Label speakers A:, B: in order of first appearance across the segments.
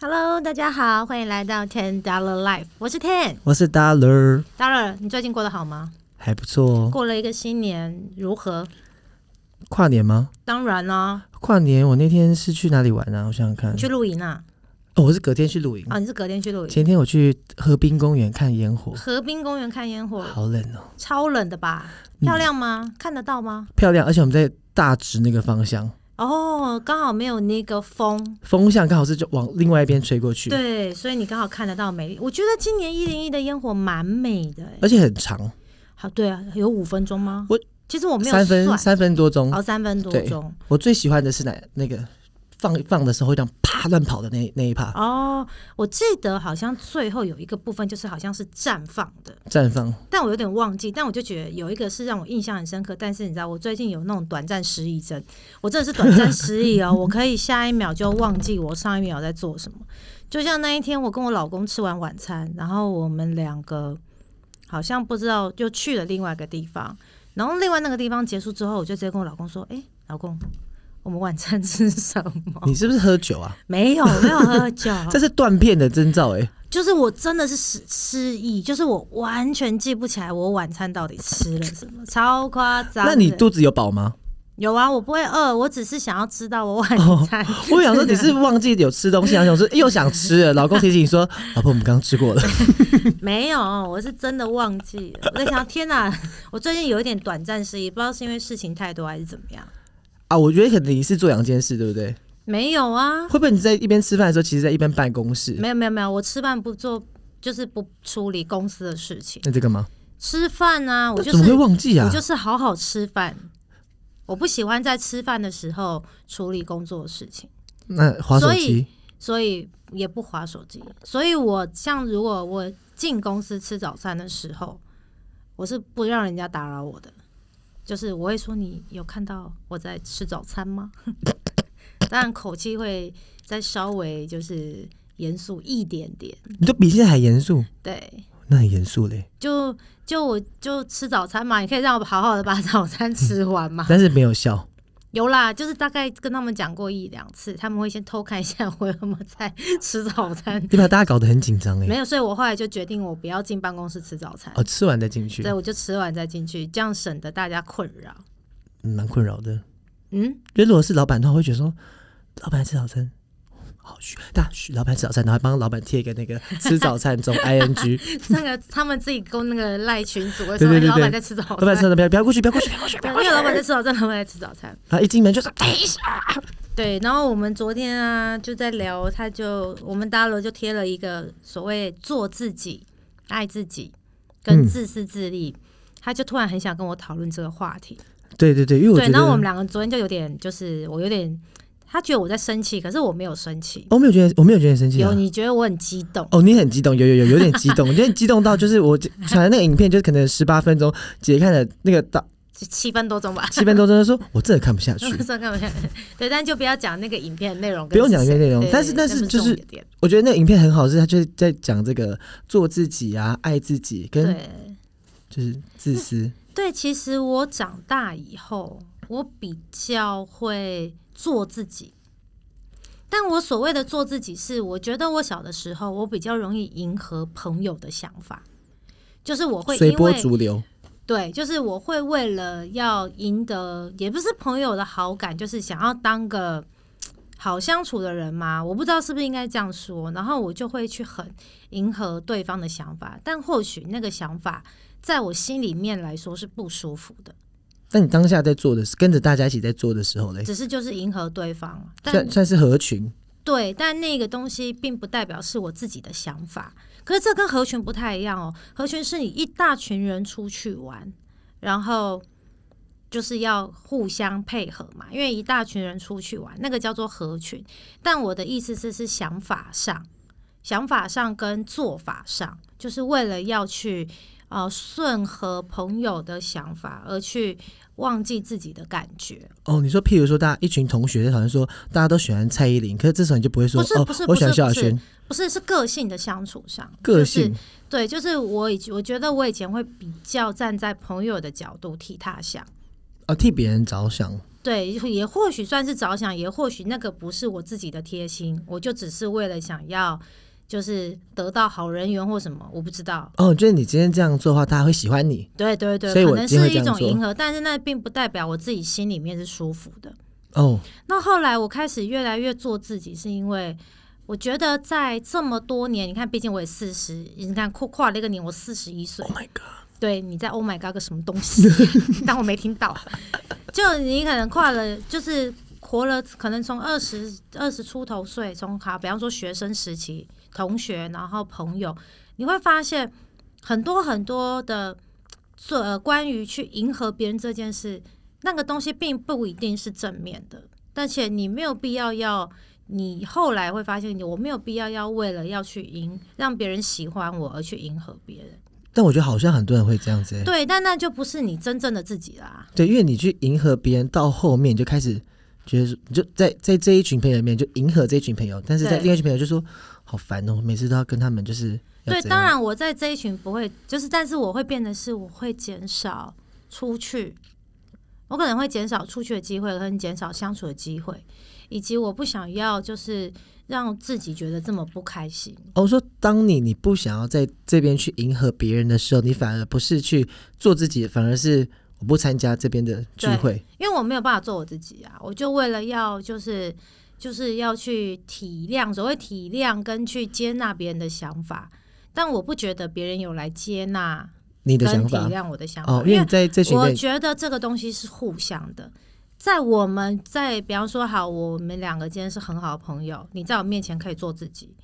A: Hello，大家好，欢迎来到 Ten Dollar Life，我是 Ten
B: 我是 Dollar，
A: Dollar。你最近过得好吗？
B: 还不错哦。
A: 过了一个新年如何？
B: 跨年吗？
A: 当然啦、
B: 跨年我那天是去哪里玩啊？我想想看
A: 你，去露营啊？
B: 哦，我是隔天去露营，
A: 啊、你是隔天去露营？
B: 前天我去河滨公园看烟火，
A: 河滨公园看烟火，
B: 好冷嗯哦，
A: 超冷的吧？漂亮吗？看得到吗？
B: 漂亮，而且我们在大直那个方向，
A: 哦，刚好没有那个风，
B: 风向刚好是就往另外一边吹过去，
A: 对，所以你刚好看得到美丽。我觉得今年一零一的烟火蛮美的、欸，
B: 而且很长，
A: 好，对啊，有五分钟吗？
B: 我
A: 其实我没有
B: 三分
A: 算，
B: 三分多钟。
A: 哦，三分多
B: 对
A: 钟。
B: 我最喜欢的是哪那个放放的时候会这样啪乱跑的那那一趴
A: 哦，我记得好像最后有一个部分就是好像是绽放的，
B: 绽放，
A: 但我有点忘记。但我就觉得有一个是让我印象很深刻，但是你知道，我最近有那种短暂失忆症，我真的是短暂失忆哦， 我可以下一秒就忘记我上一秒在做什么。就像那一天，我跟我老公吃完晚餐，然后我们两个好像不知道就去了另外一个地方，然后另外那个地方结束之后，我就直接跟我老公说：“哎、老公，我们晚餐吃什么？”
B: 你是不是喝酒啊？
A: 没有，没有喝酒，
B: 这是断片的征兆哎、
A: 就是我真的是失失忆，就是我完全记不起来我晚餐到底吃了什么，超夸张的。
B: 那你肚子有饱吗？
A: 有啊？我不会饿，我只是想要知道我晚餐。
B: 我想说你是忘记有吃东西，然后想说哎又想吃了，老公提醒你说，老婆我们刚刚吃过了，
A: 没有，我是真的忘记了。我在想，天哪， 我最近有一点短暂失忆，不知道是因为事情太多还是怎么样。
B: 啊，我觉得可能你是做两件事，对不对？
A: 没有啊，
B: 会不会你在一边吃饭的时候，其实在一边办公室？
A: 没有没有没有，我吃饭不做，就是不处理公司的事情。
B: 那这个吗？
A: 吃饭啊，我
B: 那
A: 就
B: 怎么
A: 是
B: 会忘记
A: 我
B: 啊
A: 就？是好好吃饭，我不喜欢在吃饭的时候处理工作的事情，
B: 那划手
A: 所以
B: 机，
A: 所以也不划手机。所以我像如果我进公司吃早餐的时候，我是不让人家打扰我的，就是我会说你有看到我在吃早餐吗？ 当然口气会再稍微就是严肃一点点，
B: 你就比现在还严肃，
A: 对。
B: 那很严肃嘞，
A: 就就我就吃早餐嘛，你可以让我好好的把 早餐吃完嘛。
B: 但是没有笑。
A: 有啦，就是大概跟他们讲过一两次，他们会先偷看一下我有没有在 吃早餐。
B: 你把大家搞得很紧张
A: 没
B: 哎。
A: 有，所以我后来就决定我不要进办公室吃早餐，
B: 哦，吃完再进去
A: 对，，我就吃完再进去，这样省得大家困扰。
B: 嗯蛮困扰的。
A: 嗯，
B: 因为如果是老板的话，会觉得说，老板在吃早餐。好嘘，大嘘，老板吃早餐，然后还帮老板贴一个那个吃早餐 中 ing，
A: 那个他们自己跟那个赖群组会
B: 对
A: 说，
B: 对对对
A: 哎老板在吃早
B: 老板吃
A: 餐，
B: 早餐不要不要过去，不要过去，不要过去，不
A: 对，
B: 要
A: 因为老板在吃早餐，老板在吃早餐。
B: 然后一进门就说：“哎、
A: 对，然后我们昨天啊就在聊，他就我们大楼就贴了一个所谓做自己、爱自己跟
B: 嗯
A: 自私自利，他就突然很想跟我讨论这个话题。
B: 对对对，因为我觉
A: 对，
B: 得，
A: 然后我们两个昨天就有点，就是我有点，他觉得我在生气，可是我没有生气。
B: 哦我没有觉得，我没有觉得你生气
A: 有，
B: 啊。
A: 你觉得我很激动？
B: 哦，你很激动，有有有，有点激动，有 点激动到就是我传的那个影片，就是可能十八分钟，姐看了那个到
A: 七七分多钟 吧，
B: 七分钟，真的说，我真的看不下 去。
A: 算看不下去。对，但就不要讲那个影片内容跟
B: 不用
A: 是
B: 讲
A: 谁，
B: 影片内容
A: 对
B: 但是
A: 对
B: 但
A: 那
B: 是
A: 不
B: 就
A: 重
B: 是
A: 点
B: 我觉得那个影片很好，是它就是在讲这个做自己啊，爱自己，跟
A: 对
B: 就是自私。
A: 对，其实我长大以后，我比较会做自己。但我所谓的做自己是，我觉得我小的时候，我比较容易迎合朋友的想法，就是我会
B: 随
A: 因
B: 波
A: 为
B: 逐流，
A: 对，就是我会为了要赢得，也不是朋友的好感，就是想要当个好相处的人嘛。我不知道是不是应该这样说，然后我就会去很迎合对方的想法，但或许那个想法在我心里面来说是不舒服的，
B: 但你当下在做的是跟着大家一起在做的时候嘞，
A: 只是就是迎合对方。但
B: 算算是合群，
A: 对，但那个东西并不代表是我自己的想法。可是这跟合群不太一样哦，合群是你一大群人出去玩，然后就是要互相配合嘛，因为一大群人出去玩，那个叫做合群。但我的意思是，是想法上、想法上跟做法上，就是为了要去呃顺和朋友的想法而去忘记自己的感觉。
B: 哦，你说，譬如说，大家一群同学在讨论说，大家都喜欢蔡依林，可是这时候你就不会说，
A: 不是不是
B: 哦，
A: 不
B: 我
A: 是
B: 喜欢萧亚
A: 不是
B: 轩，
A: 不是，是个性的相处上，
B: 个
A: 就是
B: 性、
A: 对，就是我以我觉得我以前会比较站在朋友的角度替他想，
B: 哦啊，替别人着想，
A: 对，也或许算是着想，也或许那个不是我自己的贴心，我就只是为了想要就是得到好人缘或什么，我不知道。
B: 哦，就是你今天这样做的话，大家会喜欢你
A: 对对对，
B: 所以我
A: 可能
B: 今天
A: 是
B: 会这
A: 一
B: 样
A: 种
B: 做
A: 迎合，但是那并不代表我自己心里面是舒服的。
B: 哦。
A: 那后来我开始越来越做自己，是因为我觉得在这么多年，你看，毕竟我也四十，你看跨跨了一个年，我四十一岁
B: Oh，my god！
A: 对你在 Oh my God 个什么东西？当我没听到，就你可能跨了，就是活了，可能从二十二十出头岁，从好，比方说学生时期、同学，然后朋友，你会发现很多很多的做、呃、关于去迎合别人这件事，那个东西并不一定是正面的，而且你没有必要要。你后来会发现，你我没有必要要为了要去迎让别人喜欢我而去迎合别人。
B: 但我觉得好像很多人会这样子、欸，
A: 对，但那就不是你真正的自己啦。
B: 对，因为你去迎合别人，到后面你就开始觉得说，你就在在这一群朋友里面就迎合这一群朋友，但是在
A: 对
B: 另外一群朋友就说好烦哦，每次都要跟他们就是要
A: 对，
B: 怎
A: 当
B: 样
A: 然我在这一群不会，就是但是我会变得是，我会减少出去，我可能会减少出去的机会，跟减少相处的机会，以及我不想要就是让自己觉得这么不开心。
B: 哦，我说当你你不想要在这边去迎合别人的时候，你反而不是去做自己，反而是我不参加这边的聚
A: 对
B: 会。
A: 因为我没有办法做我自己啊，我就为了要就是就是要去体谅，所谓体谅跟去接纳别人的想法，但我不觉得别人有来接纳
B: 你的
A: 跟
B: 想
A: 体
B: 法
A: 谅我的想法，
B: 哦，因为你在这群
A: 我
B: 人
A: 觉得这个东西是互相的。在我们在比方说好，我们两个今天是很好的朋友，你在我面前可以做自己，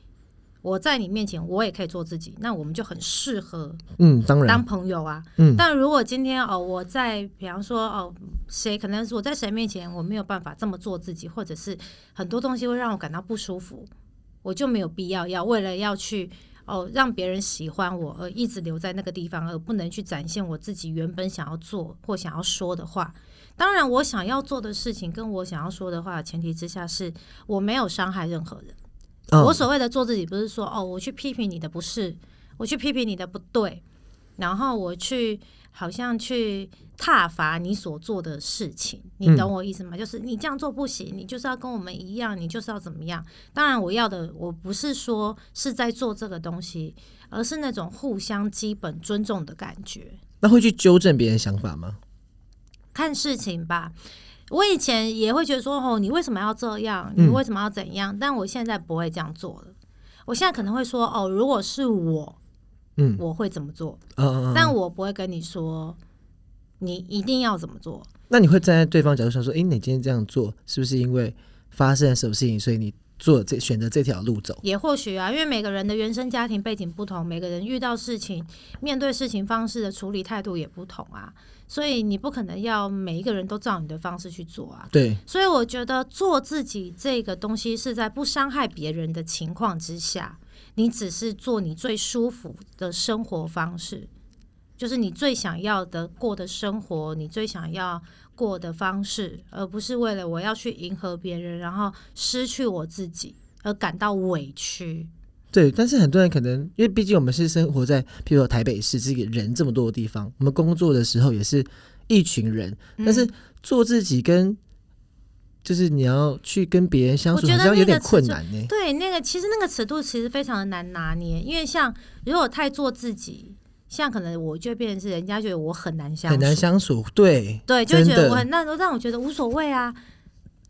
A: 我在你面前我也可以做自己，那我们就很适合
B: 嗯，当然
A: 当朋友啊。
B: 嗯
A: 但如果今天哦，我在比方说哦，谁可能是我在谁面前我没有办法这么做自己，或者是很多东西会让我感到不舒服，我就没有必要要为了要去哦让别人喜欢我而一直留在那个地方，而不能去展现我自己原本想要做或想要说的话。当然，我想要做的事情跟我想要说的话的前提之下是我没有伤害任何人。
B: 嗯
A: 我所谓的做自己，不是说哦，我去批评你的不是，我去批评你的不对，然后我去好像去挞伐你所做的事情，你
B: 嗯
A: 懂我意思吗？就是你这样做不行，你就是要跟我们一样，你就是要怎么样。当然，我要的我不是说是在做这个东西，而是那种互相基本尊重的感觉。
B: 那会去纠正别人想法吗？
A: 看事情吧。我以前也会觉得说，哦，你为什么要这样？
B: 嗯
A: 你为什么要怎样？但我现在不会这样做了。我现在可能会说，哦，如果是我，
B: 嗯
A: 我会怎么做？
B: 嗯嗯嗯嗯。
A: 但我不会跟你说，你一定要怎么做。
B: 那你会站在对方角度上说，诶，你今天这样做是不是因为发生了什么事情，所以你做这选择这条路走？
A: 也或许啊，因为每个人的原生家庭背景不同，每个人遇到事情、面对事情方式的处理态度也不同啊，所以你不可能要每一个人都照你的方式去做啊。
B: 对，
A: 所以我觉得做自己这个东西是在不伤害别人的情况之下，你只是做你最舒服的生活方式，就是你最想要的过的生活，你最想要过的方式，而不是为了我要去迎合别人，然后失去我自己而感到委屈。
B: 对，但是很多人可能，因为毕竟我们是生活在，譬如说台北市这个人这么多的地方，我们工作的时候也是一群人，
A: 嗯
B: 但是做自己跟就是你要去跟别人相处，
A: 我觉
B: 好
A: 得
B: 像有点
A: 那个
B: 困
A: 尺
B: 难呢、
A: 对，那个其实那个尺度其实非常的难拿捏，因为像如果太做自己，像可能我就会变成是人家觉得我很难相处，
B: 很难相处。对，
A: 对，就会觉
B: 真
A: 得
B: 的
A: 我很那让我觉得无所谓啊，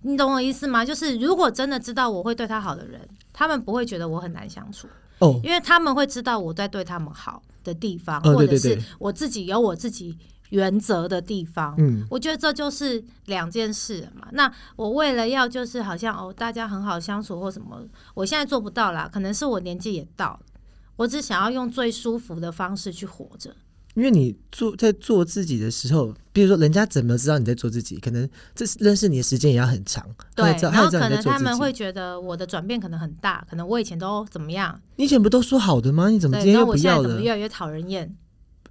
A: 你懂我意思吗？就是如果真的知道我会对他好的人，他们不会觉得我很难相处，
B: 哦，
A: 因为他们会知道我在对他们好的地方，
B: 嗯
A: 或
B: 对
A: 者
B: 对
A: 是
B: 对
A: 我自己有我自己原则的地方。
B: 嗯，
A: 我觉得这就是两件事嘛。那我为了要就是好像哦，大家很好相处或什么，我现在做不到啦，可能是我年纪也到了，我只想要用最舒服的方式去活着。
B: 因为你做在做自己的时候，比如说人家怎么知道你在做自己？可能这是认识你的时间也要很长，他才
A: 对
B: 知，
A: 然
B: 道他才
A: 后
B: 知
A: 可
B: 道你
A: 能
B: 在做
A: 他
B: 自
A: 们
B: 己。
A: 会觉得我的转变可能很大，可能我以前都怎么样，
B: 你以前不都说好的吗？你怎么今
A: 对，
B: 天
A: 然
B: 又
A: 后我
B: 不
A: 现在
B: 要
A: 怎么
B: 了？
A: 越来越讨人厌？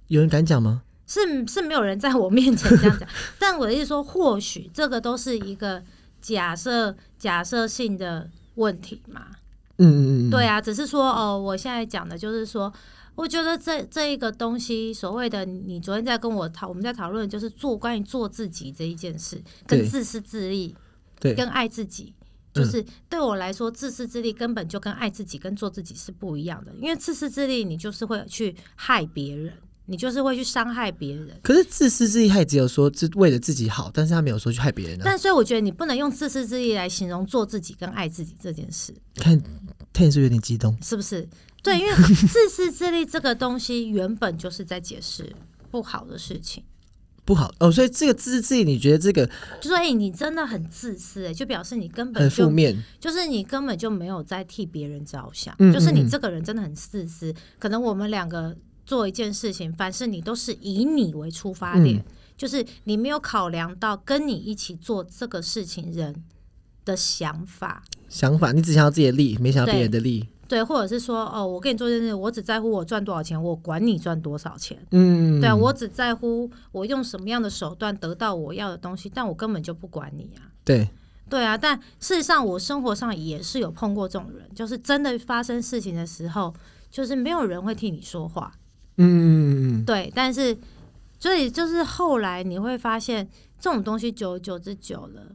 B: 有人敢讲吗？
A: 是是没有人在我面前这样讲，但我的意思说，或许这个都是一个假设假设性的问题嘛。
B: 嗯嗯嗯，嗯
A: 对，啊，只是说哦，我现在讲的就是说，我觉得这这一个东西，所谓的你昨天在跟我讨，我们在讨论的就是做关于做自己这一件事，跟
B: 对
A: 自私自利，
B: 对
A: 跟爱自己。
B: 嗯
A: 就是对我来说，自私自利根本就跟爱自己、跟做自己是不一样的。因为自私自利，你就是会去害别人，你就是会去伤害别人。
B: 可是自私自利，他也只有说是为了自己好，但是他没有说去害别人啊。
A: 但所以我觉得你不能用自私自利来形容做自己跟爱自己这件事，
B: 看 Ten 是不是有点激动，
A: 是不是？对， 因为自私自利这个东西原本就是在解释不好的事情，
B: 不好哦。所以这个自私自利，你觉得这个
A: 就说哎、你真的很自私、哎，就表示你根本
B: 很
A: 就
B: 负面？
A: 就是你根本就没有在替别人着想，
B: 嗯
A: 就是
B: 嗯
A: 你
B: 嗯
A: 这个人真的很自私。可能我们两个做一件事情，凡是你都是以你为出发点，
B: 嗯
A: 就是你没有考量到跟你一起做这个事情人的想法，
B: 想法，你只想要自己的利，没想要
A: 对
B: 别人的利。
A: 对，或者是说哦，我跟你做这件事，我只在乎我赚多少钱，我管你赚多少钱。
B: 嗯，
A: 对啊，我只在乎我用什么样的手段得到我要的东西，但我根本就不管你啊。
B: 对，
A: 对啊，但事实上，我生活上也是有碰过这种人，就是真的发生事情的时候，就是没有人会替你说话。
B: 嗯，
A: 对，但是所以就是后来你会发现，这种东西久而久之久了，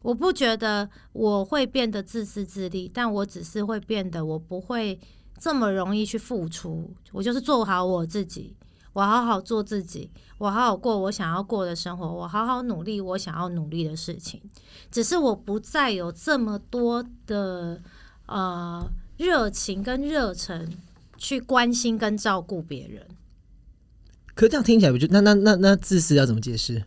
A: 我不觉得我会变得自私自利，但我只是会变得我不会这么容易去付出，我就是做好我自己。我好好做自己，我好好过我想要过的生活，我好好努力我想要努力的事情。只是我不再有这么多的呃热情跟热忱去关心跟照顾别人。
B: 可是这样听起来，我觉得那那那那自私要怎么解释？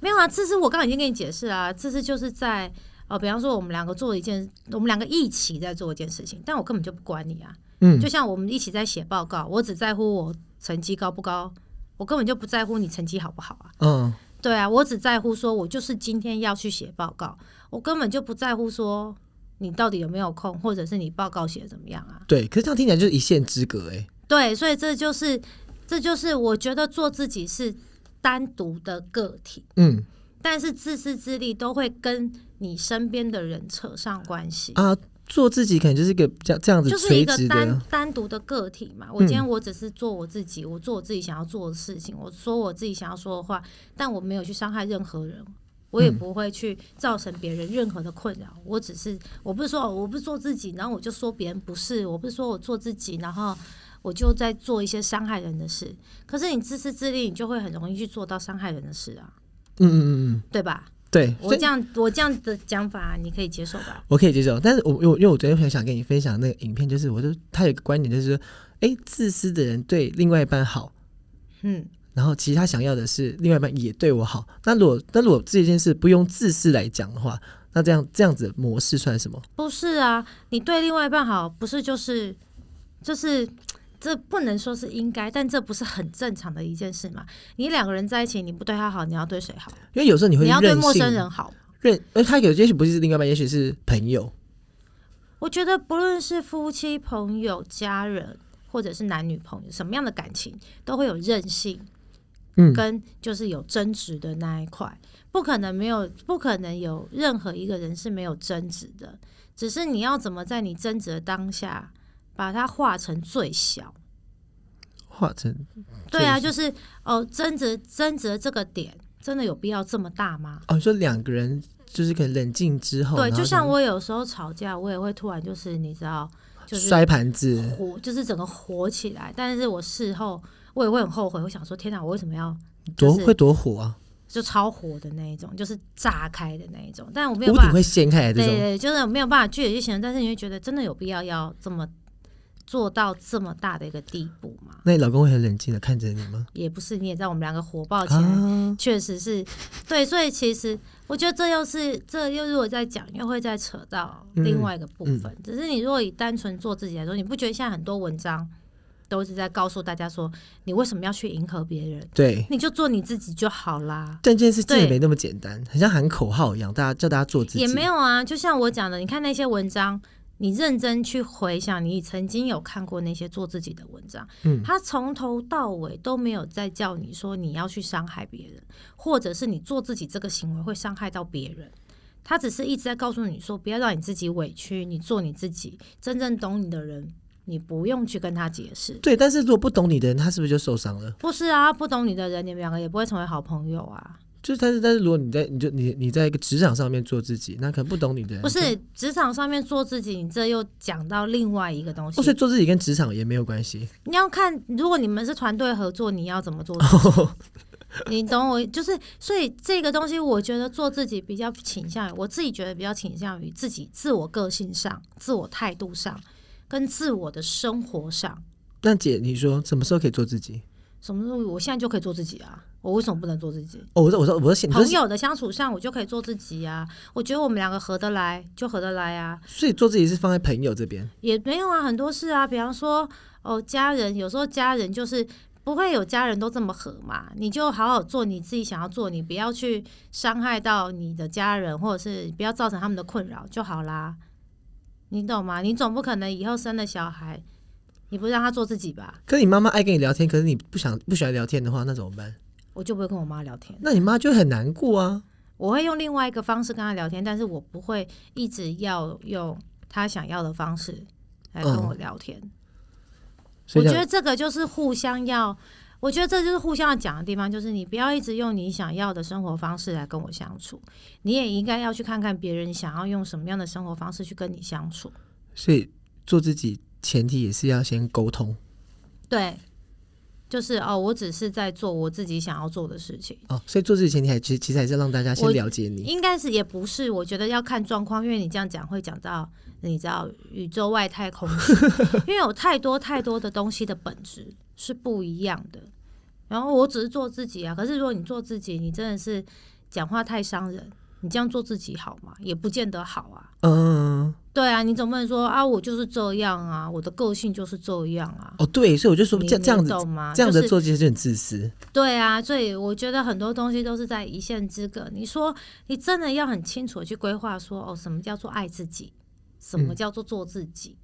A: 没有啊，自私我刚刚已经跟你解释啦、自私就是在呃，比方说我们两个做一件，我们两个一起在做一件事情，但我根本就不管你啊。
B: 嗯
A: 就像我们一起在写报告，我只在乎我成绩高不高，我根本就不在乎你成绩好不好啊。
B: 嗯，
A: 对啊，我只在乎说我就是今天要去写报告，我根本就不在乎说你到底有没有空，或者是你报告写得怎么样啊。
B: 对。可是这样听起来就是一线之隔哎、
A: 对，所以这就是这就是我觉得做自己是单独的个体，
B: 嗯
A: 但是自私自利都会跟你身边的人扯上关系。
B: 啊，做自己可能就是一个这样这样子
A: 就是一
B: 垂
A: 个
B: 直
A: 单
B: 的，嗯
A: 单独的个体嘛。我今天我只是做我自己，我做我自己想要做的事情，我说我自己想要说的话，但我没有去伤害任何人，
B: 嗯
A: 我也不会去造成别人任何的困扰。我只是我不是说哦我不是做自己，然后我就说别人不是，我不是说我做自己，然后。我就在做一些伤害人的事，可是你自私自利，你就会很容易去做到伤害人的事啊，
B: 嗯嗯嗯嗯，
A: 对吧？
B: 对。
A: 我
B: 所以
A: 这样我这样的讲法，你可以接受吧？
B: 我可以接受，但是我因为我因为我昨天很想跟你分享那个影片，就是我就他有一个观点，就是说，哎，自私的人对另外一半好，
A: 嗯，
B: 然后其实他想要的是另外一半也对我好。那如果那如果这件事不用自私来讲的话，那这样这样子的模式算什么？
A: 不是啊，你对另外一半好，不是就是就是。这不能说是应该，但这不是很正常的一件事嘛？你两个人在一起，你不对他好，你要对谁好？
B: 因为有时候你会
A: 你要对
B: 任
A: 陌生
B: 性，
A: 人好。
B: 认，而他有也许不是另外一半，也许是朋友。
A: 我觉得不论是夫妻、朋友、家人，或者是男女朋友，什么样的感情都会有任性，
B: 嗯
A: 跟就是有争执的那一块，不可能没有，不可能有任何一个人是没有争执的，只是你要怎么在你争执的当下，把它化成最小。
B: 化成
A: 对啊，
B: 最
A: 就是哦，争执争执的这个点，真的有必要这么大吗？
B: 哦，你说两个人就是可能冷静之后，
A: 对，
B: 哦然后
A: 就像
B: 可
A: 我有时候吵架，我也会突然就是你知道，就
B: 能
A: 是
B: 摔盘子，
A: 火，就是整个火起来。但是我事后我也会很后悔，我想说天哪，我为什么要
B: 多
A: 是
B: 会多火啊，
A: 就超火的那一种，就是炸开的那一种？但我没有
B: 屋
A: 办
B: 顶
A: 法，
B: 会掀开来这
A: 对
B: 种。
A: 对，就是没有办法具体去形容。但是你会觉得真的有必要要这么做到这么大的一个地步吗？
B: 那你老公会很冷静的看着你吗？
A: 也不是，你也知道我们两个火爆起来
B: 啊，
A: 确实是，对，所以其实我觉得这又是这又如果再讲，又会再扯到另外一个部分。只是你如果以单纯做自己来说，你不觉得现在很多文章都是在告诉大家说，你为什么要去迎合别人？
B: 对。
A: 你就做你自己就好啦。
B: 但这件事真的
A: 对
B: 没那么简单，很像喊口号一样，大家叫大家做自己。
A: 也没有啊，就像我讲的，你看那些文章，你认真去回想，你曾经有看过那些做自己的文章，
B: 嗯
A: 他从头到尾都没有在叫你说你要去伤害别人，或者是你做自己这个行为会伤害到别人。他只是一直在告诉你说，不要让你自己委屈，你做你自己，真正懂你的人你不用去跟他解释。
B: 对，但是如果不懂你的人，他是不是就受伤了？
A: 不是啊，不懂你的人，你们两个也不会成为好朋友啊。
B: 就是，但是，但是，如果你在，你就你你在一个职场上面做自己，那可能不懂你的人
A: 不
B: 就，
A: 是职场上面做自己，你这又讲到另外一个东西
B: 哦，所以。做自己跟职场也没有 关系。
A: 你要看，如果你们是团队合作，你要怎么做？
B: 哦
A: 你懂我，就是所以这个东西，我觉得做自己比较倾向于，我自己觉得比较倾向于自己自我个性上、自我态度上，跟自我的生活上。
B: 那姐，你说什么时候可以做自己？
A: 什么时候我现在就可以做自己啊？我为什么不能做自己？啊
B: 哦，我说，我说，我说，你
A: 朋
B: 说，
A: 友的相处上，我就可以做自己啊。我觉得我们两个合得来，就合得来啊。
B: 所以做自己是放在朋友这边。
A: 也没有啊，很多事啊，比方说哦，家人有时候家人就是不会有家人都这么和嘛，你就好好做你自己想要做，你不要去伤害到你的家人，或者是不要造成他们的困扰就好啦。你懂吗？你总不可能以后生了小孩，你不让他做自己吧？
B: 可是你妈妈爱跟你聊天，可是你不想不喜欢聊天的话，那怎么办？
A: 我就不会跟我妈聊天，
B: 那你妈就会很难过啊。
A: 我会用另外一个方式跟她聊天，但是我不会一直要用她想要的方式来跟
B: 嗯
A: 我聊天。
B: 所
A: 我
B: 以这
A: 觉
B: 样
A: 得这个就是互相要，我觉得这就是互相要讲的地方，就是你不要一直用你想要的生活方式来跟我相处，你也应该要去看看别人想要用什么样的生活方式去跟你相处。
B: 所以做自己前提也是要先沟通
A: 对，就是哦，我只是在做我自己想要做的事情，
B: 哦。所以做自己前提还其实其实还是让大家先
A: 我
B: 了解你。
A: 应该是也不是，我觉得要看状况，因为你这样讲会讲到你知道宇宙外太空去， 因为有太多太多的东西的本质是不一样的。然后我只是做自己啊，可是如果你做自己，你真的是讲话太伤人，你这样做自己好吗？也不见得好啊。
B: 嗯，
A: 对啊，你总不能说啊，我就是这样啊，我的个性就是这样啊。
B: 哦对，所以我就说
A: 你
B: 这样这样
A: 你
B: 子
A: 懂吗？
B: 这样
A: 就
B: 子
A: 是
B: 做其实就很自私。
A: 对啊，所以我觉得很多东西都是在一线之隔。你说你真的要很清楚的去规划说，哦，什么叫做爱自己，什么
B: 嗯
A: 叫做做自己，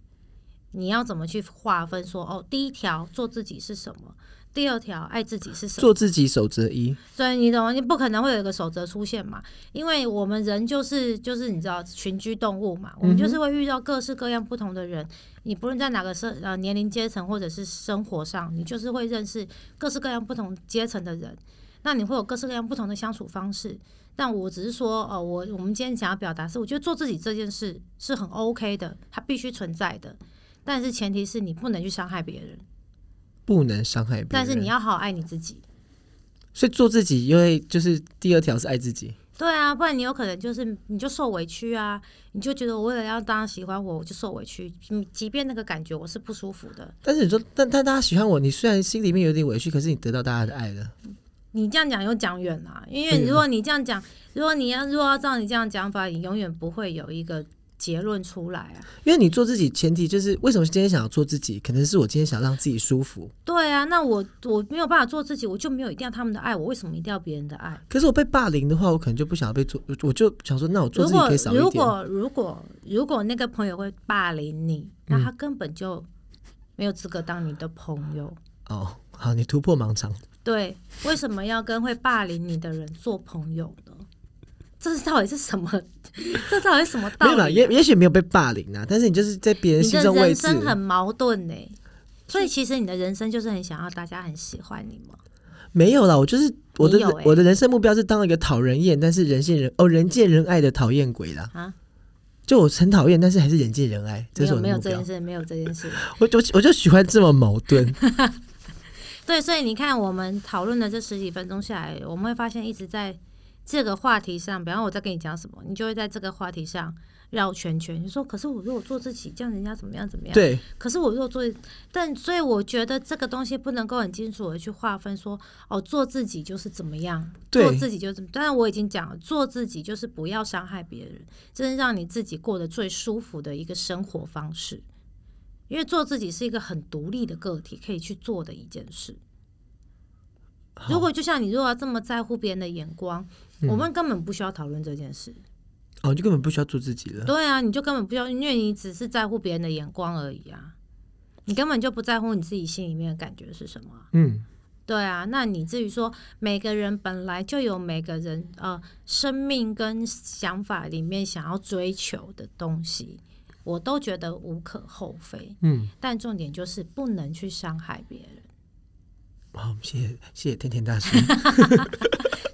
A: 你要怎么去划分说，哦，第一条做自己是什么，第二条爱自己是什么？
B: 做自己守则一，
A: 所以你懂吗？你不可能会有一个守则出现嘛，因为我们人就是就是你知道群居动物嘛，我们就是会遇到各式各样不同的人，你不论在哪个社呃年龄阶层或者是生活上，你就是会认识各式各样不同阶层的人，那你会有各式各样不同的相处方式。但我只是说，哦，我我们今天想要表达是，我觉得做自己这件事是很 OK 的，它必须存在的，但是前提是你不能去伤害别人，
B: 不能伤害别人。
A: 但是你要好好爱你自己。
B: 所以做自己，因为就是第二条是爱自己。
A: 对啊，不然你有可能就是你就受委屈啊，你就觉得我为了要当喜欢我，我就受委屈，嗯即便那个感觉我是不舒服的。
B: 但是你说，但但大家喜欢我，你虽然心里面有点委屈，可是你得到大家的爱了。
A: 你这样讲又讲远了，因
B: 对啊
A: 为如果你这样讲，如果你要如果要照你这样讲法，你永远不会有一个结论出来啊。
B: 因为你做自己，前提就是为什么今天想要做自己，可能是我今天想让自己舒服。
A: 对啊，那我我没有办法做自己，我就没有一定要他们的爱，我为什么一定要别人的爱？
B: 可是我被霸凌的话，我可能就不想要被做，我就想说，那我做
A: 如
B: 自己
A: 果
B: 可以少
A: 如
B: 一点。
A: 果如果如果那个朋友会霸凌你，
B: 嗯
A: 那他根本就没有资格当你的朋友。
B: 哦，好，你突破盲肠。
A: 对，为什么要跟会霸凌你的人做朋友呢？这是到底是什么？ 这到底是什么
B: 没
A: 道
B: 有啦，
A: 理
B: 也
A: 啊、
B: 也许没有被霸凌啊，但是你就是在别人
A: 你
B: 心
A: 的
B: 中位
A: 人
B: 置。
A: 生很矛盾呢、所以其实你的人生就是很想要大家很喜欢你嘛。
B: 没有啦，我就是我的、
A: 你有欸
B: 我的人生目标是当一个讨人厌，但是人见人哦人见人爱的讨厌鬼啦。
A: 啊
B: 就我很讨厌，但是还是人见人爱，这
A: 没
B: 是
A: 有
B: 我的
A: 没有
B: 目
A: 这
B: 标
A: 件。事，没有这件事。
B: 我就我就喜欢这么矛盾。
A: 对，所以你看，我们讨论的这十几分钟下来，我们会发现一直在这个话题上，比方我在跟你讲什么，你就会在这个话题上绕圈圈。你说，可是我如果做自己，这样人家怎么样怎么样？
B: 对，
A: 可是我若做，但所以我觉得这个东西不能够很清楚的去划分说，哦，做自己就是怎么样，
B: 对
A: 做自己就是怎么。当然我已经讲了，做自己就是不要伤害别人，这是让你自己过得最舒服的一个生活方式。因为做自己是一个很独立的个体可以去做的一件事。
B: 好嗯
A: 如果就像你如果要这么在乎别人的眼光，我们根本不需要讨论这件事。
B: 哦，就根本不需要做自己了。
A: 对啊，你就根本不需要，因为你只是在乎别人的眼光而已啊，你根本就不在乎你自己心里面的感觉是什么啊。
B: 嗯，
A: 对啊，那你至于说每个人本来就有每个人呃生命跟想法里面想要追求的东西，我都觉得无可厚非。
B: 嗯，
A: 但重点就是不能去伤害别人，
B: 好，谢谢谢谢天天 大师。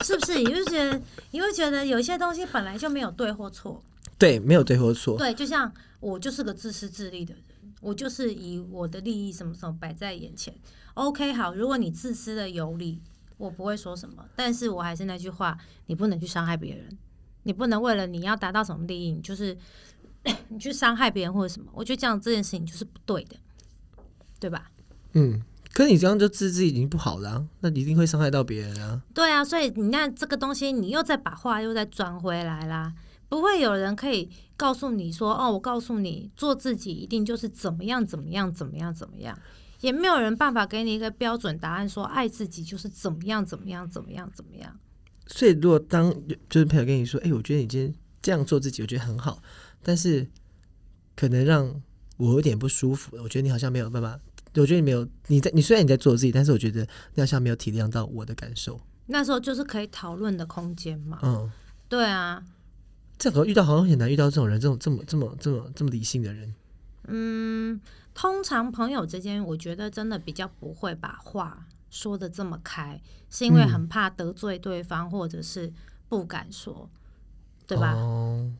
A: 是不是？你就觉得你会觉得有些东西本来就没有对或错，
B: 对，没有对或错，
A: 对，就像我就是个自私自利的人，我就是以我的利益什么什么摆在眼前。OK，好，如果你自私的有理，我不会说什么，但是我还是那句话，你不能去伤害别人，你不能为了你要达到什么利益，你就是 你去伤害别人或者什么，我觉得这样这件事情就是不对的，对吧？
B: 嗯，可是你这样就自制已经不好了啊、那你一定会伤害到别人啊。
A: 对啊，所以你看这个东西，你又再把话又再转回来啦，不会有人可以告诉你说，哦，我告诉你，做自己一定就是怎么样怎么样怎么样怎么样，也没有人办法给你一个标准答案说，爱自己就是怎么样怎么样怎么样怎么样。
B: 所以如果当就是朋友跟你说，哎、我觉得你今天这样做自己，我觉得很好，但是可能让我有点不舒服，我觉得你好像没有办法。我觉得你没有，你在你虽然你在做自己，但是我觉得你好像没有体谅到我的感受。
A: 那时候就是可以讨论的空间嘛。
B: 嗯，
A: 对啊，
B: 这个遇到好像很难遇到这种人，这种这么这么这么这么理性的人。
A: 嗯，通常朋友之间，我觉得真的比较不会把话说的这么开，是因为
B: 嗯
A: 很怕得罪对方，或者是不敢说，对吧？
B: 哦，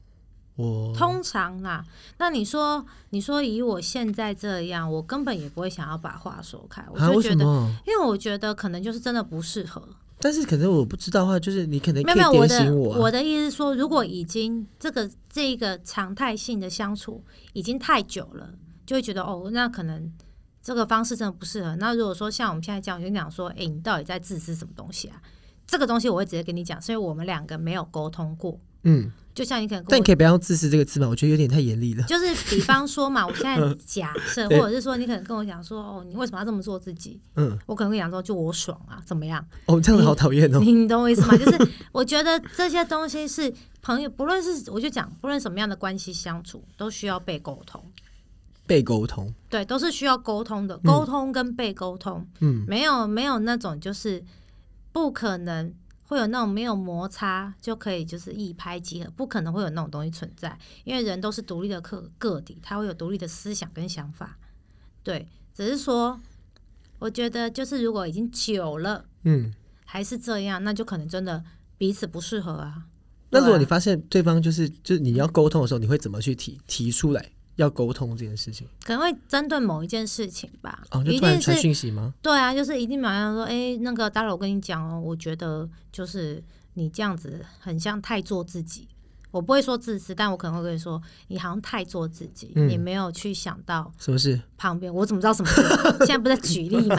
B: 我
A: 通常啦，那你说，你说以我现在这样，我根本也不会想要把话说开，我
B: 啊，
A: 就
B: 为
A: 觉
B: 什
A: 得，
B: 么？
A: 因为我觉得可能就是真的不适合。
B: 但是可能我不知道的话，就是你可能
A: 没
B: 可
A: 有
B: 以
A: 没有，我
B: 点
A: 的
B: 醒啊
A: 我的意思是说，如果已经这个这一个常态性的相处已经太久了，就会觉得哦，那可能这个方式真的不适合。那如果说像我们现在这样，我就讲说，诶，你到底在自私什么东西啊？这个东西我会直接跟你讲，所以我们两个没有沟通过。
B: 嗯，
A: 就像你可能跟我
B: 但你可以不要用自私这个字嘛，我觉得有点太严厉了。
A: 就是比方说嘛，我现在假设，或
B: 对
A: 者是说你可能跟我讲说，哦，你为什么要这么做自己？
B: 嗯，
A: 我可能会讲说，就我爽啊，怎么样？
B: 哦，这样子好讨厌哦。
A: 你你懂我意思吗？就是我觉得这些东西是朋友，不论是我就讲，不论什么样的关系相处，都需要被沟通。
B: 被沟通，
A: 对，都是需要沟通的，沟通跟被沟通，
B: 嗯，
A: 没有没有那种就是不可能会有那种没有摩擦就可以就是一拍即合，不可能会有那种东西存在，因为人都是独立的个个体，他会有独立的思想跟想法，对，只是说我觉得就是如果已经久了
B: 嗯。
A: 还是这样，那就可能真的彼此不适合啊。
B: 那如果
A: 对啊
B: 你发现对方就是就是你要沟通的时候，你会怎么去提提出来要沟通这件事情？
A: 可能会针对某一件事情吧，
B: 哦，就
A: 一
B: 突然
A: 定
B: 传
A: 是
B: 讯息吗？
A: 对啊，就是一定马上说，哎、那个大佬，我跟你讲哦，我觉得就是你这样子很像太做自己。我不会说自私，但我可能会跟你说，你好像太做自己，
B: 嗯
A: 你没有去想到
B: 什么事？
A: 旁边，我怎么知道什么事？现在不是在举例 吗？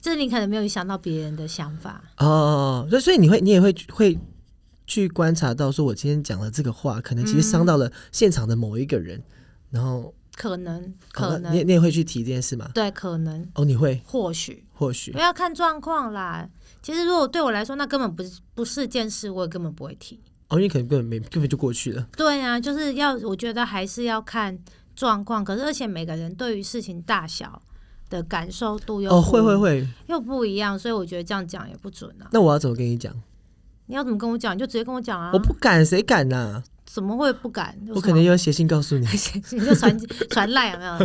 A: 就是你可能没有想到别人的想法，
B: 哦，所以所以你会你也会会去观察到，说我今天讲的这个话，可能其实伤到了现场的某一个人，然后
A: 可能，
B: 哦
A: 可
B: 那
A: 能，
B: 你也你也会去提这件事吗？
A: 对，可能，
B: 哦，你会
A: 或许，
B: 或许
A: 不要看状况啦。其实如果对我来说，那根本不是不是件事，我也根本不会提。
B: 哦，因为可能根本没根本就过去了，
A: 对啊，就是要我觉得还是要看状况，可是而且每个人对于事情大小的感受度又
B: 哦，
A: 不
B: 会会会，
A: 又不一样，所以我觉得这样讲也不准啊。
B: 那我要怎么跟你讲？
A: 你要怎么跟我讲，你就直接跟我讲啊。
B: 我不敢，谁敢呐、
A: 怎么会不敢？有
B: 我
A: 什
B: 可
A: 么
B: 能要写信告诉你。
A: 你就传传赖有没有？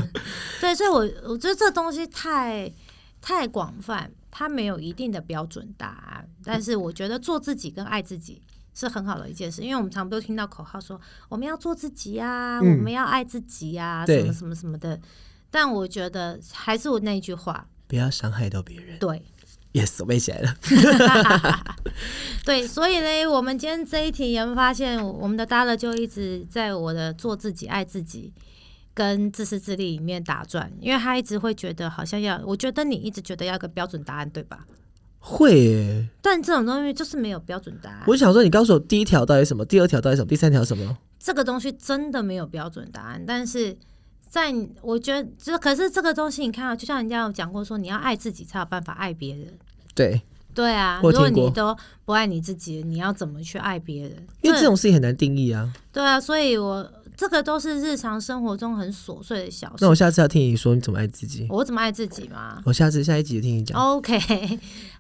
A: 对，所以我我觉得这东西太太广泛，它没有一定的标准答案。但是我觉得做自己跟爱自己是很好的一件事，因为我们常都听到口号说我们要做自己啊，
B: 嗯
A: 我们要爱自己啊，
B: 对
A: 什么什么什么的。但我觉得还是我那一句话，
B: 不要伤害到别人。
A: 对
B: Yes，我背起来了。
A: 对，所以呢，我们今天这一题有没有发现，我们的搭了就一直在我的做自己、爱自己跟自私自利里面打转，因为他一直会觉得好像要，我觉得你一直觉得要有个标准答案，对吧？
B: 会耶，
A: 但这种东西就是没有标准答案，
B: 我想说，你告诉我第一条到底是什么，第二条到底是什么，第三条是什么？
A: 这个东西真的没有标准答案，但是。在你我觉得，这可是这个东西，你看啊，就像人家有讲过说，你要爱自己才有办法爱别人。
B: 对，
A: 对啊，
B: 我
A: 如果
B: 听过
A: 你都不爱你自己，你要怎么去爱别人？
B: 因为这种事情很难定义啊。
A: 对啊，所以我这个都是日常生活中很琐碎的小事
B: 那。我下次要听你说你怎么爱自己，
A: 我怎么爱自己嘛
B: 我下次下一集听你讲。
A: ？OK，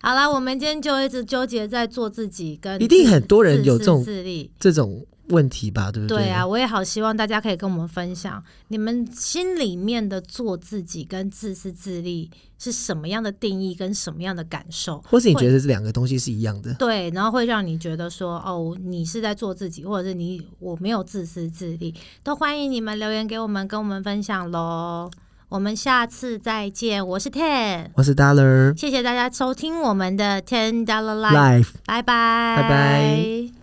A: 好啦，我们今天就一直纠结在做自己跟
B: 一定很多人有这种
A: 自私自利。
B: 这种问题吧，对不
A: 对
B: 对
A: 啊，，我也好希望大家可以跟我们分享你们心里面的做自己跟自私自利是什么样的定义跟什么样的感受。
B: 或是你觉得这两个东西是一样的？
A: 对，然后会让你觉得说，哦，你是在做自己，或者是你我没有自私自利，都欢迎你们留言给我们，跟我们分享喽。我们下次再见，我是 Ten，
B: 我是 Dollar
A: 谢谢大家收听我们的 Ten Dollar Live，
B: Life。
A: 拜拜，
B: 拜拜。